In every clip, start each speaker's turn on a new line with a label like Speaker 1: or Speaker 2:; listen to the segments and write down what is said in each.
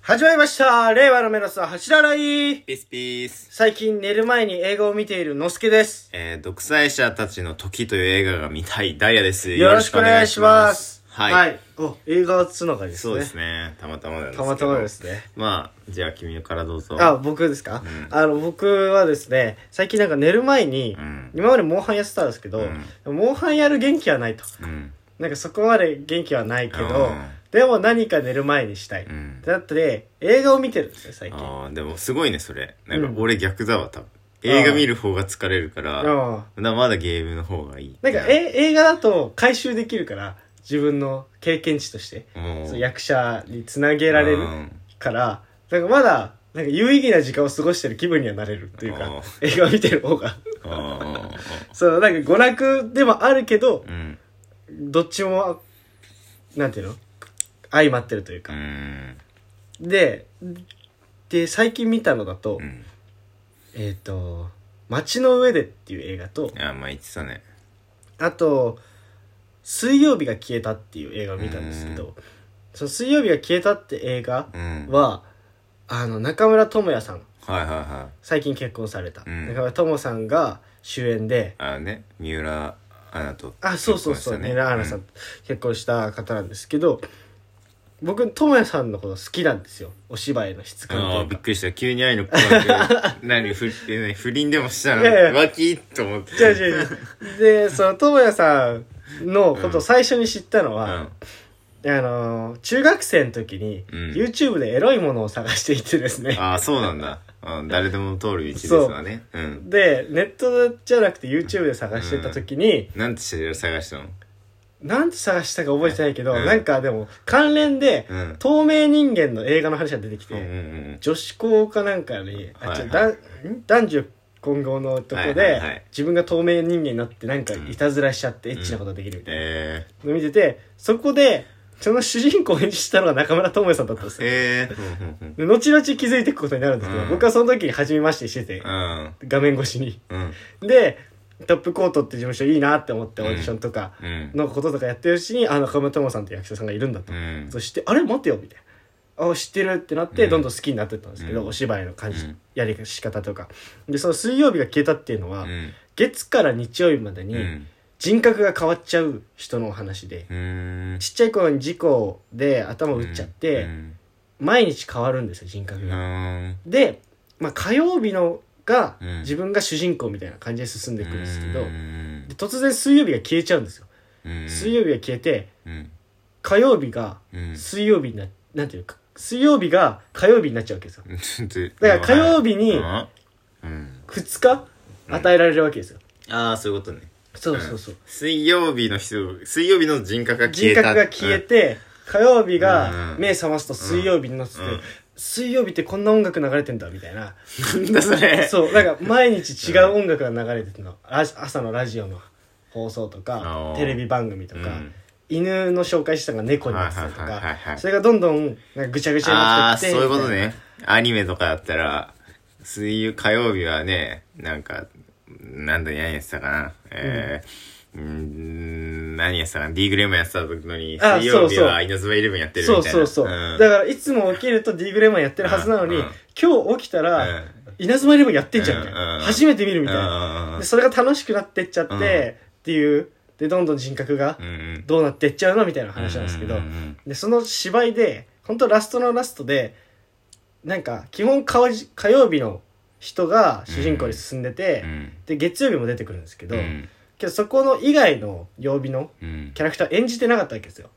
Speaker 1: 始まりました令和のメロスは柱ライ
Speaker 2: ピースピース。
Speaker 1: 最近寝る前に映画を見ているのすけです。
Speaker 2: えー、独裁者たちの時という映画が見たいダイヤです。
Speaker 1: よろしくお願いします。
Speaker 2: はい。
Speaker 1: お、映画つながりですね。
Speaker 2: そうですね。たまたまなんですけ
Speaker 1: た
Speaker 2: ど
Speaker 1: またまです。ね。
Speaker 2: まあ、じゃあ君からどうぞ。
Speaker 1: あ、僕ですか、あの、僕はですね、最近なんか寝る前に、
Speaker 2: うん
Speaker 1: 今までモンハンやってたんですけど、モンハンやる元気はないと。
Speaker 2: うん。
Speaker 1: なんかそこまで元気はないけど
Speaker 2: うん、
Speaker 1: でも何か寝る前にしたい。
Speaker 2: うん
Speaker 1: だって、映画を見てるんですね、最近。
Speaker 2: ああ、でもすごいね、それ。なんか
Speaker 1: うん
Speaker 2: 俺逆だわ、多分。映画見る方が疲れるから、
Speaker 1: うん
Speaker 2: なまだゲームの方がいい。
Speaker 1: なんか、え、映画だと回収できるから、自分の経験値として、
Speaker 2: うん、
Speaker 1: そう役者につなげられ
Speaker 2: う
Speaker 1: る
Speaker 2: ん
Speaker 1: から、なんかまだ、なんか有意義な時間を過ごしてる気分にはなれるっていう
Speaker 2: あ
Speaker 1: か
Speaker 2: あ、
Speaker 1: 映画を見てる方 が。
Speaker 2: あ
Speaker 1: そう、なんか娯楽でもあるけど
Speaker 2: ー、うん。
Speaker 1: どっちも、なんていうの相まってるという
Speaker 2: う
Speaker 1: か。
Speaker 2: ん。
Speaker 1: で、で、最近見たのだと
Speaker 2: う、ん。
Speaker 1: えっと、街の上でっていう映画と、
Speaker 2: あーまあ言ってたね。
Speaker 1: あと「水曜日が消えた」っていう映画を見たんですけどその「水曜日が消えた」って映画
Speaker 2: うん。はい
Speaker 1: は、あの中村倫也さん
Speaker 2: はいはい。
Speaker 1: 最近結婚された、
Speaker 2: うん
Speaker 1: 中村倫也さんが主演で
Speaker 2: あのね、三浦アナと、
Speaker 1: あそうそうそうね
Speaker 2: ね。
Speaker 1: ラーナさんと結婚した方なんですけど、僕倫也さんのこと好きなんですよお芝居の質感
Speaker 2: ああ、
Speaker 1: という
Speaker 2: びっ
Speaker 1: か
Speaker 2: くりした。急に愛の告 白。何、不何不倫でもしたの
Speaker 1: いやいや
Speaker 2: 浮気と思って。
Speaker 1: 違う違う違うでその倫也さんのことを最初に知ったの
Speaker 2: う
Speaker 1: は、
Speaker 2: ん。
Speaker 1: あのー中学生の時に、
Speaker 2: うん
Speaker 1: YouTube でエロいものを探していてですね。
Speaker 2: ああ、そうなんだ。うん、誰でも通る道ですわね。うん。
Speaker 1: で、ネットじゃなくて YouTube で探してた時に、
Speaker 2: なんてして探したの
Speaker 1: なんて探したか覚えてないけど、
Speaker 2: うん
Speaker 1: なんかでも関連で、
Speaker 2: うん
Speaker 1: 透明人間の映画の話が出てきて、
Speaker 2: うんうんうん。
Speaker 1: 女子校かなんかに、あ、
Speaker 2: はい
Speaker 1: 違
Speaker 2: は
Speaker 1: う
Speaker 2: い
Speaker 1: だん男女混合のとこで、
Speaker 2: はいはいはい
Speaker 1: 自分が透明人間になってなんかいたずらしちゃってエッチなことできるみたい
Speaker 2: え
Speaker 1: なの見てて、そこで、その主人公を演じたのが中村智也さんだったんです
Speaker 2: ー、
Speaker 1: よ。
Speaker 2: えー、うんうん
Speaker 1: で後々気づいていくことになるんですけど、
Speaker 2: うん
Speaker 1: 僕はその時に初めましてしてて、
Speaker 2: うん。
Speaker 1: 画面越しに。
Speaker 2: うん。
Speaker 1: で、トップコートって事務所いいなって思ってオーディションとか
Speaker 2: うん。
Speaker 1: のこととかやってるうちに、あ、中村智さんって役者さんがいるんだと。
Speaker 2: うん。
Speaker 1: そして、あれ待ってよみたいな。あ、知ってるってなって、
Speaker 2: うん
Speaker 1: どんどん好きになってったんですけど、
Speaker 2: うん
Speaker 1: お芝居の感じ、
Speaker 2: うん
Speaker 1: やり方とか。で、その水曜日が消えたっていうのは、
Speaker 2: うん。
Speaker 1: 月から日曜日まで
Speaker 2: う
Speaker 1: に
Speaker 2: ん。
Speaker 1: 人格が変わっちゃう人のお話で、
Speaker 2: うん。
Speaker 1: ちっちゃい頃に事故で頭を打っちゃって、
Speaker 2: うん。
Speaker 1: 毎日変わるんですよ、人
Speaker 2: う
Speaker 1: 格が。
Speaker 2: ん。
Speaker 1: で、まあ、火曜日のが
Speaker 2: うん
Speaker 1: 自分が主人公みたいな感じで進んでいくんですけど、
Speaker 2: うん
Speaker 1: で突然水曜日が消えちゃうんですよ、
Speaker 2: うん。
Speaker 1: 水曜日が消えて
Speaker 2: うん。
Speaker 1: 火曜日が
Speaker 2: うん。
Speaker 1: 水曜日にななんていうか水曜日が火曜日になっちゃうわけですよ
Speaker 2: だ
Speaker 1: から火曜日に
Speaker 2: うん。
Speaker 1: 2日与えられるわけですよ、
Speaker 2: ああ、そういうことね。
Speaker 1: そうそうそう、
Speaker 2: 水曜日の人、水曜日の人格が
Speaker 1: 人
Speaker 2: 消えた。
Speaker 1: 格が消えて、火曜日が
Speaker 2: うん
Speaker 1: 目覚ますと水曜日になってて、
Speaker 2: うん
Speaker 1: 水曜日ってこんな音楽流れてんだみたいな
Speaker 2: うん。なんだそれ。
Speaker 1: そうなんか毎日違う音楽が流れてるの、ラジ朝のラジオの放送と
Speaker 2: あ
Speaker 1: か
Speaker 2: ー
Speaker 1: テレビ番組と
Speaker 2: う
Speaker 1: か、
Speaker 2: ん。
Speaker 1: 犬の紹介したのが猫になってたりと
Speaker 2: はいはいはいはいは
Speaker 1: か
Speaker 2: い
Speaker 1: それがどんどんなんかぐちゃぐちゃに
Speaker 2: あ
Speaker 1: な
Speaker 2: あ、
Speaker 1: って
Speaker 2: そ
Speaker 1: き
Speaker 2: う
Speaker 1: て
Speaker 2: いうことね。アニメとかだったら、水曜、火曜日はね、なんか、なんだ、何やってたかな。えー、うーん、何やってたかな。D グレムやってたのに、
Speaker 1: あー
Speaker 2: 水曜日
Speaker 1: そうそう
Speaker 2: はイナズバイレブンやってるみ
Speaker 1: そ
Speaker 2: た
Speaker 1: う
Speaker 2: いな。
Speaker 1: そうそう、
Speaker 2: ん
Speaker 1: だからいつも起きると D グレーマンやってるはずなのに、
Speaker 2: うんうん
Speaker 1: 今日起きたら、
Speaker 2: うん
Speaker 1: 稲妻イレブンやってんじゃんみたいな、
Speaker 2: うんうん
Speaker 1: 初めて見るみたい
Speaker 2: うんうん
Speaker 1: な、
Speaker 2: うん
Speaker 1: でそれが楽しくなってっちゃって、
Speaker 2: うん
Speaker 1: っていうでどんどん人格が
Speaker 2: うんうん。
Speaker 1: どうなってっちゃうのみたいな話なんですけど、
Speaker 2: うんうんうん
Speaker 1: でその芝居で本当ラストのラストでなんか基本火曜火曜日の人が主人公に進んでて、
Speaker 2: うん
Speaker 1: で月曜日も出てくるんですけど、
Speaker 2: うん
Speaker 1: けどそこの以外の曜日の
Speaker 2: うん
Speaker 1: キャラクター演じてなかったわけですよ、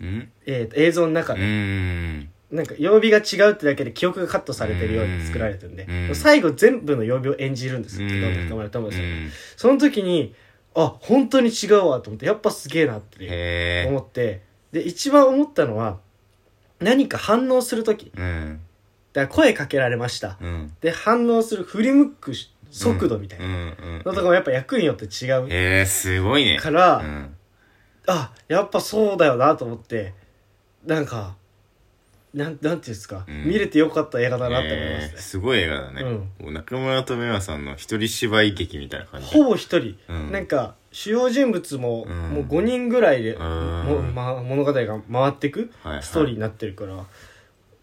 Speaker 2: うん
Speaker 1: えーと映像の中
Speaker 2: う
Speaker 1: で、
Speaker 2: ん
Speaker 1: なんか曜日が違うってだけで記憶がカットされてるように作られてるんで、
Speaker 2: うん
Speaker 1: 最後全部の曜日を演じるんですけど、
Speaker 2: うん
Speaker 1: 中村智也さんが、
Speaker 2: うん
Speaker 1: その時にあ本当に違うわと思ってやっぱすげえなって
Speaker 2: へ
Speaker 1: 思ってで一番思ったのは何か反応する時
Speaker 2: え。うん。
Speaker 1: だから声かけられました、
Speaker 2: うん。
Speaker 1: で反応する振り向くし速度みたいな
Speaker 2: うん。
Speaker 1: のとかもやっぱ役によって違う
Speaker 2: ええ、すごいね。
Speaker 1: から、
Speaker 2: うん。
Speaker 1: あやっぱそうだよなと思ってなんかなんなんていうんですか、
Speaker 2: うん
Speaker 1: 見れてよかった映画だなって思いま
Speaker 2: えー
Speaker 1: す
Speaker 2: すごい映画だね。中村留也さんの一人芝居劇みたいな感
Speaker 1: ね
Speaker 2: じ。
Speaker 1: ほぼ一人、
Speaker 2: うん
Speaker 1: なんか主要人物も、
Speaker 2: うん
Speaker 1: もう5人ぐらいで、
Speaker 2: ん
Speaker 1: もま、物語が回ってく
Speaker 2: はいはい
Speaker 1: ストーリーになってるから、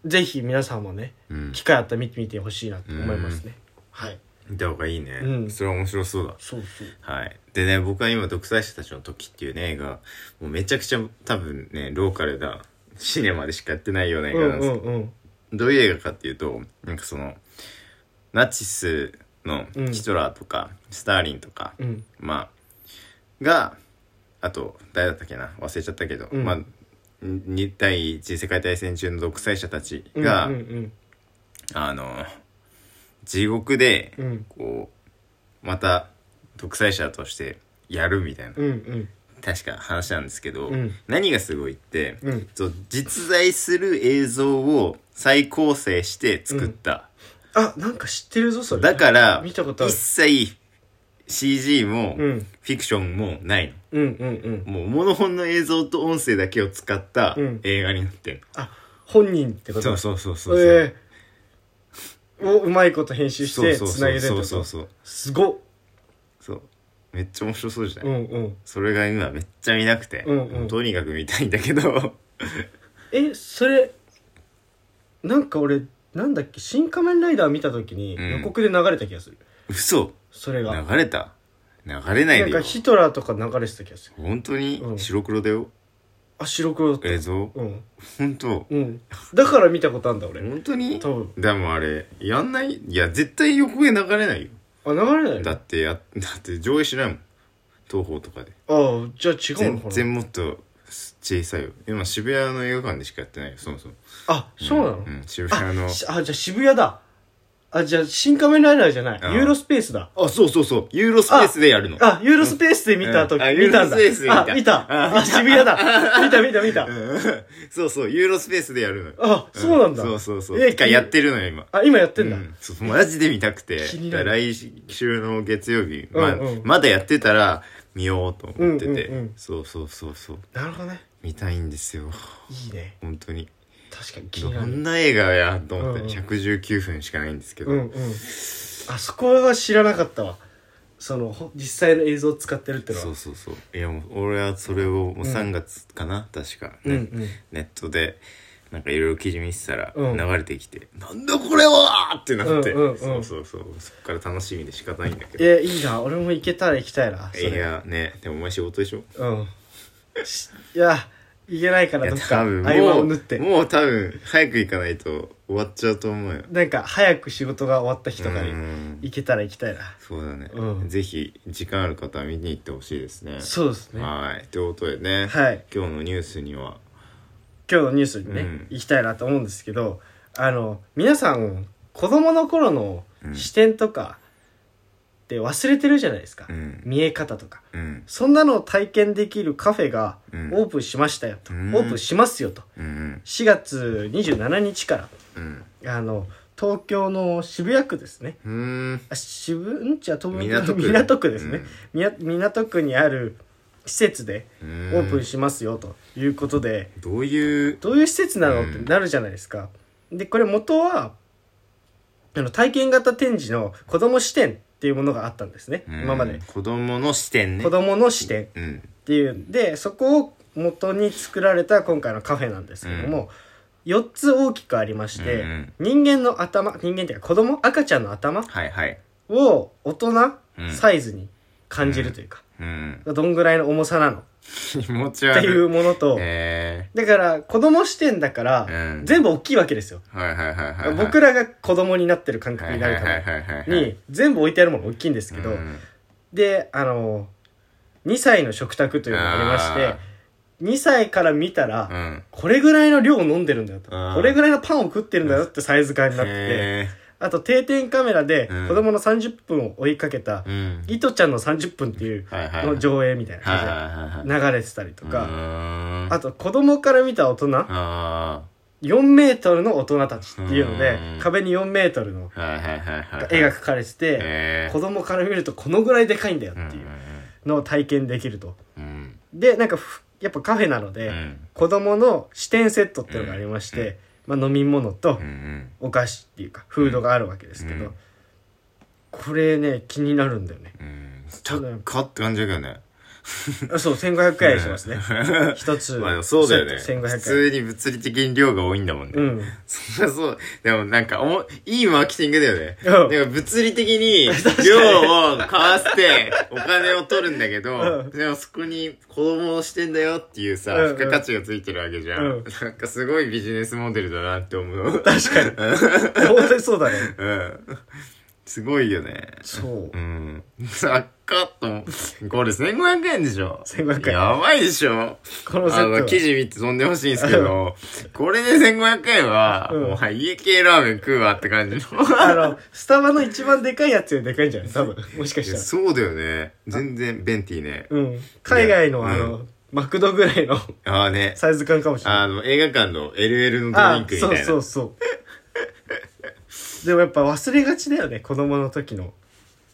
Speaker 1: ぜひ皆さんもね、
Speaker 2: うん
Speaker 1: 機会あったら見てみてほしいなと思いますね。はい。
Speaker 2: 見た方がいいね、
Speaker 1: うん
Speaker 2: それは面白そうだ
Speaker 1: そうそう。
Speaker 2: はい。でね、僕は今、独裁者たちの時っていうね、映画、もうめちゃくちゃ多分ね、ローカルな、シネマでしかやってないような映
Speaker 1: う
Speaker 2: 画なん
Speaker 1: ん
Speaker 2: で
Speaker 1: う
Speaker 2: すけど、
Speaker 1: んうん。
Speaker 2: どういう映画かっていうと、なんかその、ナチスの
Speaker 1: うん
Speaker 2: ヒトラーとか、スターリンとか、
Speaker 1: うん
Speaker 2: まあ、が、あと、誰だったっけな忘れちゃったけど、
Speaker 1: うん
Speaker 2: まあ、に第一次世界大戦中の独裁者たち
Speaker 1: うん。
Speaker 2: が、
Speaker 1: うんうん
Speaker 2: あの、地獄で、
Speaker 1: うん
Speaker 2: こう、また、独裁者としてやるみたいな、
Speaker 1: うんうん
Speaker 2: 確か話なんですけど、
Speaker 1: うん
Speaker 2: 何がすごいって、
Speaker 1: うん
Speaker 2: そう実在する映像を再構成して作った、
Speaker 1: あ、なんか知ってるぞ、それ。
Speaker 2: だから
Speaker 1: 見たことある
Speaker 2: 一切 CG も、
Speaker 1: うん
Speaker 2: フィクションもない
Speaker 1: うんうんうん。
Speaker 2: のもうモノ本の映像と音声だけを使った
Speaker 1: うん
Speaker 2: 映画になってる、
Speaker 1: あ、本人ってこと
Speaker 2: そ
Speaker 1: そ
Speaker 2: うそうそうそう
Speaker 1: う
Speaker 2: そ
Speaker 1: え
Speaker 2: う、
Speaker 1: えをうまいこと編集し
Speaker 2: そう
Speaker 1: て
Speaker 2: そう
Speaker 1: 繋
Speaker 2: そ
Speaker 1: げ
Speaker 2: う
Speaker 1: てる
Speaker 2: そ
Speaker 1: ってこと
Speaker 2: うそうそう
Speaker 1: すごっ
Speaker 2: そうめっちゃ面白そうじゃない、
Speaker 1: うんうん。
Speaker 2: それが今めっちゃ見なくて、
Speaker 1: うんうん
Speaker 2: とにかく見たいんだけど
Speaker 1: え、それ、なんか俺、なんだっけ、新仮面ライダー見た時に
Speaker 2: うん
Speaker 1: 予告で流れた気がする。
Speaker 2: 嘘
Speaker 1: それが。
Speaker 2: 流れた流れない
Speaker 1: なん
Speaker 2: でよ
Speaker 1: かヒトラーとか流れてた気がする。
Speaker 2: 本当に
Speaker 1: うん
Speaker 2: 白黒だよ、
Speaker 1: あ、白黒だった。
Speaker 2: 映像
Speaker 1: うん。
Speaker 2: 本当
Speaker 1: うん。だから見たことあんだ俺。
Speaker 2: 本当に
Speaker 1: 多分。
Speaker 2: でもあれやんないいや絶対横へ流れないよ
Speaker 1: あ、流れないの
Speaker 2: だってやだって上映しないもん東宝とかで
Speaker 1: ああ、じゃあ違うの
Speaker 2: 全
Speaker 1: かな
Speaker 2: 然もっと小さいよ今渋谷の映画館でしかやってないよそもそも
Speaker 1: あ、そうなの、
Speaker 2: ん、渋谷の
Speaker 1: あしあじゃあ渋谷だあじゃあ新仮面ライダーじゃない
Speaker 2: うん
Speaker 1: ユーロスペースだ
Speaker 2: あそうそうそうユーロスペースでやるの
Speaker 1: あユーロスペースで見たと、
Speaker 2: うんあ
Speaker 1: 見たんだ
Speaker 2: ユーロスペースで見た
Speaker 1: あ見た
Speaker 2: あ
Speaker 1: あ渋谷 だ見た見た見た、
Speaker 2: そうそうユーロスペースでやるのよ
Speaker 1: あそうなんだ、
Speaker 2: そうそうそう
Speaker 1: え
Speaker 2: 一回やってるのよ今
Speaker 1: あ今やってんだ、
Speaker 2: うん、そうマジで見たくて
Speaker 1: 気になる
Speaker 2: 来週の月曜日、
Speaker 1: うん
Speaker 2: まあ
Speaker 1: うん
Speaker 2: まだやってたら見ようと思ってて、
Speaker 1: うんうんうん
Speaker 2: そうそうそうそう
Speaker 1: なるほどね
Speaker 2: 見たいんですよ
Speaker 1: いいね
Speaker 2: 本当に
Speaker 1: 確かに気
Speaker 2: ど
Speaker 1: になる
Speaker 2: んな映画やと思って、
Speaker 1: うんうん
Speaker 2: 119分しかないんですけど、
Speaker 1: うんうんあそこは知らなかったわそのほ実際の映像を使ってるってのは
Speaker 2: そうそうそういやもう俺はそれをもう3月かな、確か、
Speaker 1: うん
Speaker 2: ね
Speaker 1: うん
Speaker 2: ネットでなんかいろいろ記事見てたら
Speaker 1: うん
Speaker 2: 流れてきて「なんだこれは!」ってなって、
Speaker 1: うんうんうん
Speaker 2: そうそうそうそっから楽しみで仕方ないんだけど
Speaker 1: えいいな俺も行けたら行きたいなそれ
Speaker 2: いやねでもお前仕事でしょ
Speaker 1: うんしいや行けないか
Speaker 2: い
Speaker 1: ら
Speaker 2: や
Speaker 1: どっか合
Speaker 2: 多分
Speaker 1: 間
Speaker 2: も
Speaker 1: を
Speaker 2: う
Speaker 1: 縫って
Speaker 2: もう多分早く行かないと終わっちゃうと思うよ
Speaker 1: なんか早く仕事が終わった日とか
Speaker 2: う
Speaker 1: に
Speaker 2: ん
Speaker 1: 行けたら行きたいな、
Speaker 2: そうだね、
Speaker 1: うん
Speaker 2: ぜひ時間ある方は見に行ってほしいですね
Speaker 1: そうですね、
Speaker 2: はいということでね、
Speaker 1: はい
Speaker 2: 今日のニュースには
Speaker 1: 今日のニュースにね、
Speaker 2: うん
Speaker 1: 行きたいなと思うんですけどあの皆さん子供の頃の
Speaker 2: うん
Speaker 1: 視点とかって忘れてるじゃないですか、
Speaker 2: うん
Speaker 1: 見え方とか
Speaker 2: うん
Speaker 1: そんなのを体験できるカフェがオ
Speaker 2: うん
Speaker 1: ープンしましたよと、
Speaker 2: うん
Speaker 1: オープンしますよと
Speaker 2: うん
Speaker 1: 4月27日か
Speaker 2: うん
Speaker 1: らあの東京の渋谷区ですね
Speaker 2: うん
Speaker 1: あ渋んじゃ東
Speaker 2: 港区
Speaker 1: 港区ですね、みや港区にある施設で
Speaker 2: オ
Speaker 1: オープンしますよということで、
Speaker 2: どういう
Speaker 1: どういう施設なの
Speaker 2: うん
Speaker 1: ってなるじゃないですか。でこれ元はあの体験型展示の子供視点っていうものがあったんですね、
Speaker 2: うん
Speaker 1: 今まで。
Speaker 2: 子供の視点ね
Speaker 1: 子供の視点っ
Speaker 2: うん
Speaker 1: ていうんでそこを元に作られた今回のカフェなんですけども、4つ大きくありまして、
Speaker 2: うん
Speaker 1: 人間の頭人間っていうか子供赤ちゃんの頭
Speaker 2: はいはい
Speaker 1: を大人
Speaker 2: うん
Speaker 1: サイズに感じるというか、
Speaker 2: うん
Speaker 1: どんぐらいの重さなの
Speaker 2: 気持ち
Speaker 1: って
Speaker 2: 悪い
Speaker 1: いうものと、
Speaker 2: え
Speaker 1: だから子供視点だから、
Speaker 2: うん
Speaker 1: 全部大きいわけですよ。
Speaker 2: ー、はいはいはいはいはい
Speaker 1: 僕らが子供になってる感覚
Speaker 2: はい
Speaker 1: に
Speaker 2: は
Speaker 1: ないるた
Speaker 2: はい
Speaker 1: め
Speaker 2: はいはい
Speaker 1: に、全部置いてあるもの大きいんですけど、
Speaker 2: うん
Speaker 1: で、あの、2歳の食卓というのがありまして
Speaker 2: あ、
Speaker 1: 2歳から見たら、
Speaker 2: うん
Speaker 1: これぐらいの量を飲んでるんだよと。
Speaker 2: あー
Speaker 1: これぐらいのパンを食ってるんだよってサイズ感になってて、
Speaker 2: へ
Speaker 1: あと定点カメラで
Speaker 2: うん
Speaker 1: 子供の30分を追いかけた
Speaker 2: ー、うん
Speaker 1: イトちゃんの30分っていう
Speaker 2: はいはいはい
Speaker 1: の上映みたいな
Speaker 2: はいはい
Speaker 1: 感
Speaker 2: はい
Speaker 1: じ
Speaker 2: はい
Speaker 1: で流れてたりと
Speaker 2: う
Speaker 1: か、
Speaker 2: ーん
Speaker 1: あと子供から見た大人、
Speaker 2: あ
Speaker 1: 4メートルの大人たちっていうので
Speaker 2: うん、
Speaker 1: 壁に4メートルの
Speaker 2: ーはいはいはいはい
Speaker 1: 絵が描かれてて、
Speaker 2: えー
Speaker 1: 子供から見るとこのぐらいでかいんだよっていうのを体験できると。
Speaker 2: うん
Speaker 1: で、なんかふ、やっぱカフェなの
Speaker 2: う
Speaker 1: で、
Speaker 2: ん
Speaker 1: 子供の視点セットっていうのがありまして、まあ飲み物と
Speaker 2: うんうん
Speaker 1: お菓子っていうか、フードがあるわけですけ
Speaker 2: う
Speaker 1: ど
Speaker 2: ん、
Speaker 1: これね、気になるんだよね。
Speaker 2: うん高っって感じだけどね
Speaker 1: あそう、1500円しますね。一つ。
Speaker 2: まあでもそうだよね。
Speaker 1: セット
Speaker 2: 普
Speaker 1: 1500円。
Speaker 2: 通に物理的に量が多いんだもんね。
Speaker 1: うん。
Speaker 2: そりゃそう。でもなんかおも、いいマーケティングだよね。
Speaker 1: うん
Speaker 2: でも物理的 に量を買わせてお金を取るんだけど、
Speaker 1: うん
Speaker 2: でもそこに子供をしてんだよっていうさ、
Speaker 1: うんうん
Speaker 2: 付加価値がついてるわけじゃん。
Speaker 1: うん
Speaker 2: なんかすごいビジネスモデルだなって思う。
Speaker 1: 確かに。本当にそうだね。
Speaker 2: うん。すごいよね。
Speaker 1: そう
Speaker 2: う。ん。サッカーと、これ1500円でしょ
Speaker 1: 1500円
Speaker 2: やばいでしょ
Speaker 1: このセ
Speaker 2: あの、記
Speaker 1: ッ
Speaker 2: 事見て飛んでほしいんですけど、これで1500円は、
Speaker 1: うん
Speaker 2: もう家系ラーメン食うわって 感じの。
Speaker 1: ト。あの、スタバの一番でかいやつよりでかいんじゃない多分。もしかしたら。
Speaker 2: そうだよね。全然、ベンティね。
Speaker 1: うん。海外のあ
Speaker 2: う
Speaker 1: の、マクドぐらいの
Speaker 2: ああね。
Speaker 1: サイズ感かもしれない。
Speaker 2: あの、映画館の LL のド
Speaker 1: あ
Speaker 2: リンクみた
Speaker 1: そ
Speaker 2: い
Speaker 1: う
Speaker 2: な。
Speaker 1: そうそう。でもやっぱ忘れがちだよね、子供の時の。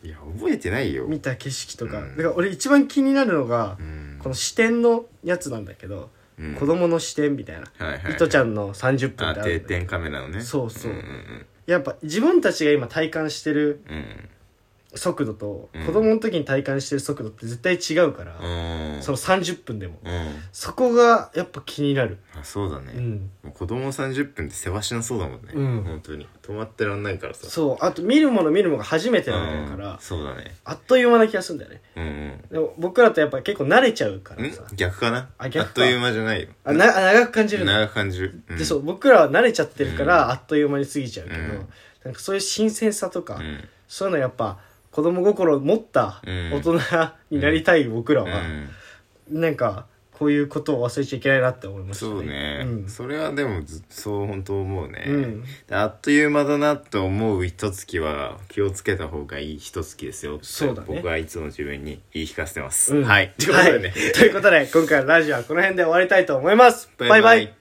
Speaker 2: いや、覚えてないよ。
Speaker 1: 見た景色とか。
Speaker 2: うん
Speaker 1: だから俺一番気になるのが
Speaker 2: う、ん
Speaker 1: この視点のやつなんだけど、
Speaker 2: うん
Speaker 1: 子供の視点みたいな。
Speaker 2: はいはいはい。
Speaker 1: 糸ちゃんの30分ってあ
Speaker 2: あ、
Speaker 1: るんだ
Speaker 2: 定
Speaker 1: けど
Speaker 2: 点カメラのね。
Speaker 1: そうそう
Speaker 2: うんうん
Speaker 1: やっぱ自分たちが今体感してる
Speaker 2: うん。うん
Speaker 1: 速度と
Speaker 2: うん
Speaker 1: 子供の時に体感してる速度って絶対違うから、
Speaker 2: うん。
Speaker 1: その30分でも、
Speaker 2: うん。
Speaker 1: そこがやっぱ気になる
Speaker 2: あそうだ
Speaker 1: う
Speaker 2: ね。
Speaker 1: ん
Speaker 2: もう子供30分ってせわしなそうだもんね。
Speaker 1: うん
Speaker 2: 本当に。止まってらんないからさ。
Speaker 1: そうあと見るもの見るものが初めてな
Speaker 2: うん
Speaker 1: んだから
Speaker 2: そうだね。
Speaker 1: あっという間な気がするんだよね
Speaker 2: うんうん。
Speaker 1: でも僕らとやっぱ結構慣れちゃうからさ
Speaker 2: ん逆かな
Speaker 1: あ逆か
Speaker 2: っという間じゃないよ。
Speaker 1: あなあ長く感じるの
Speaker 2: 長く感じる。うん
Speaker 1: でそう僕らは慣れちゃってるから、あっという間に過ぎちゃうけど、
Speaker 2: うん
Speaker 1: なんかそういう新鮮さとか、
Speaker 2: うん。
Speaker 1: そういうのやっぱ子供心を持った大人になりたい僕ら
Speaker 2: う
Speaker 1: は、
Speaker 2: ん
Speaker 1: なんかこういうことを忘れちゃいけないなって思いました
Speaker 2: そうね、
Speaker 1: うん
Speaker 2: それはでもずそう本当思うね、
Speaker 1: うん
Speaker 2: であっという間だなと思う一月は気をつけた方がいい一月ですよ
Speaker 1: そうだね
Speaker 2: 僕はいつも自分に言い聞かせてます、
Speaker 1: うん
Speaker 2: はいということでね、
Speaker 1: はいということで今回のラジオはこの辺で終わりたいと思いますバイバイ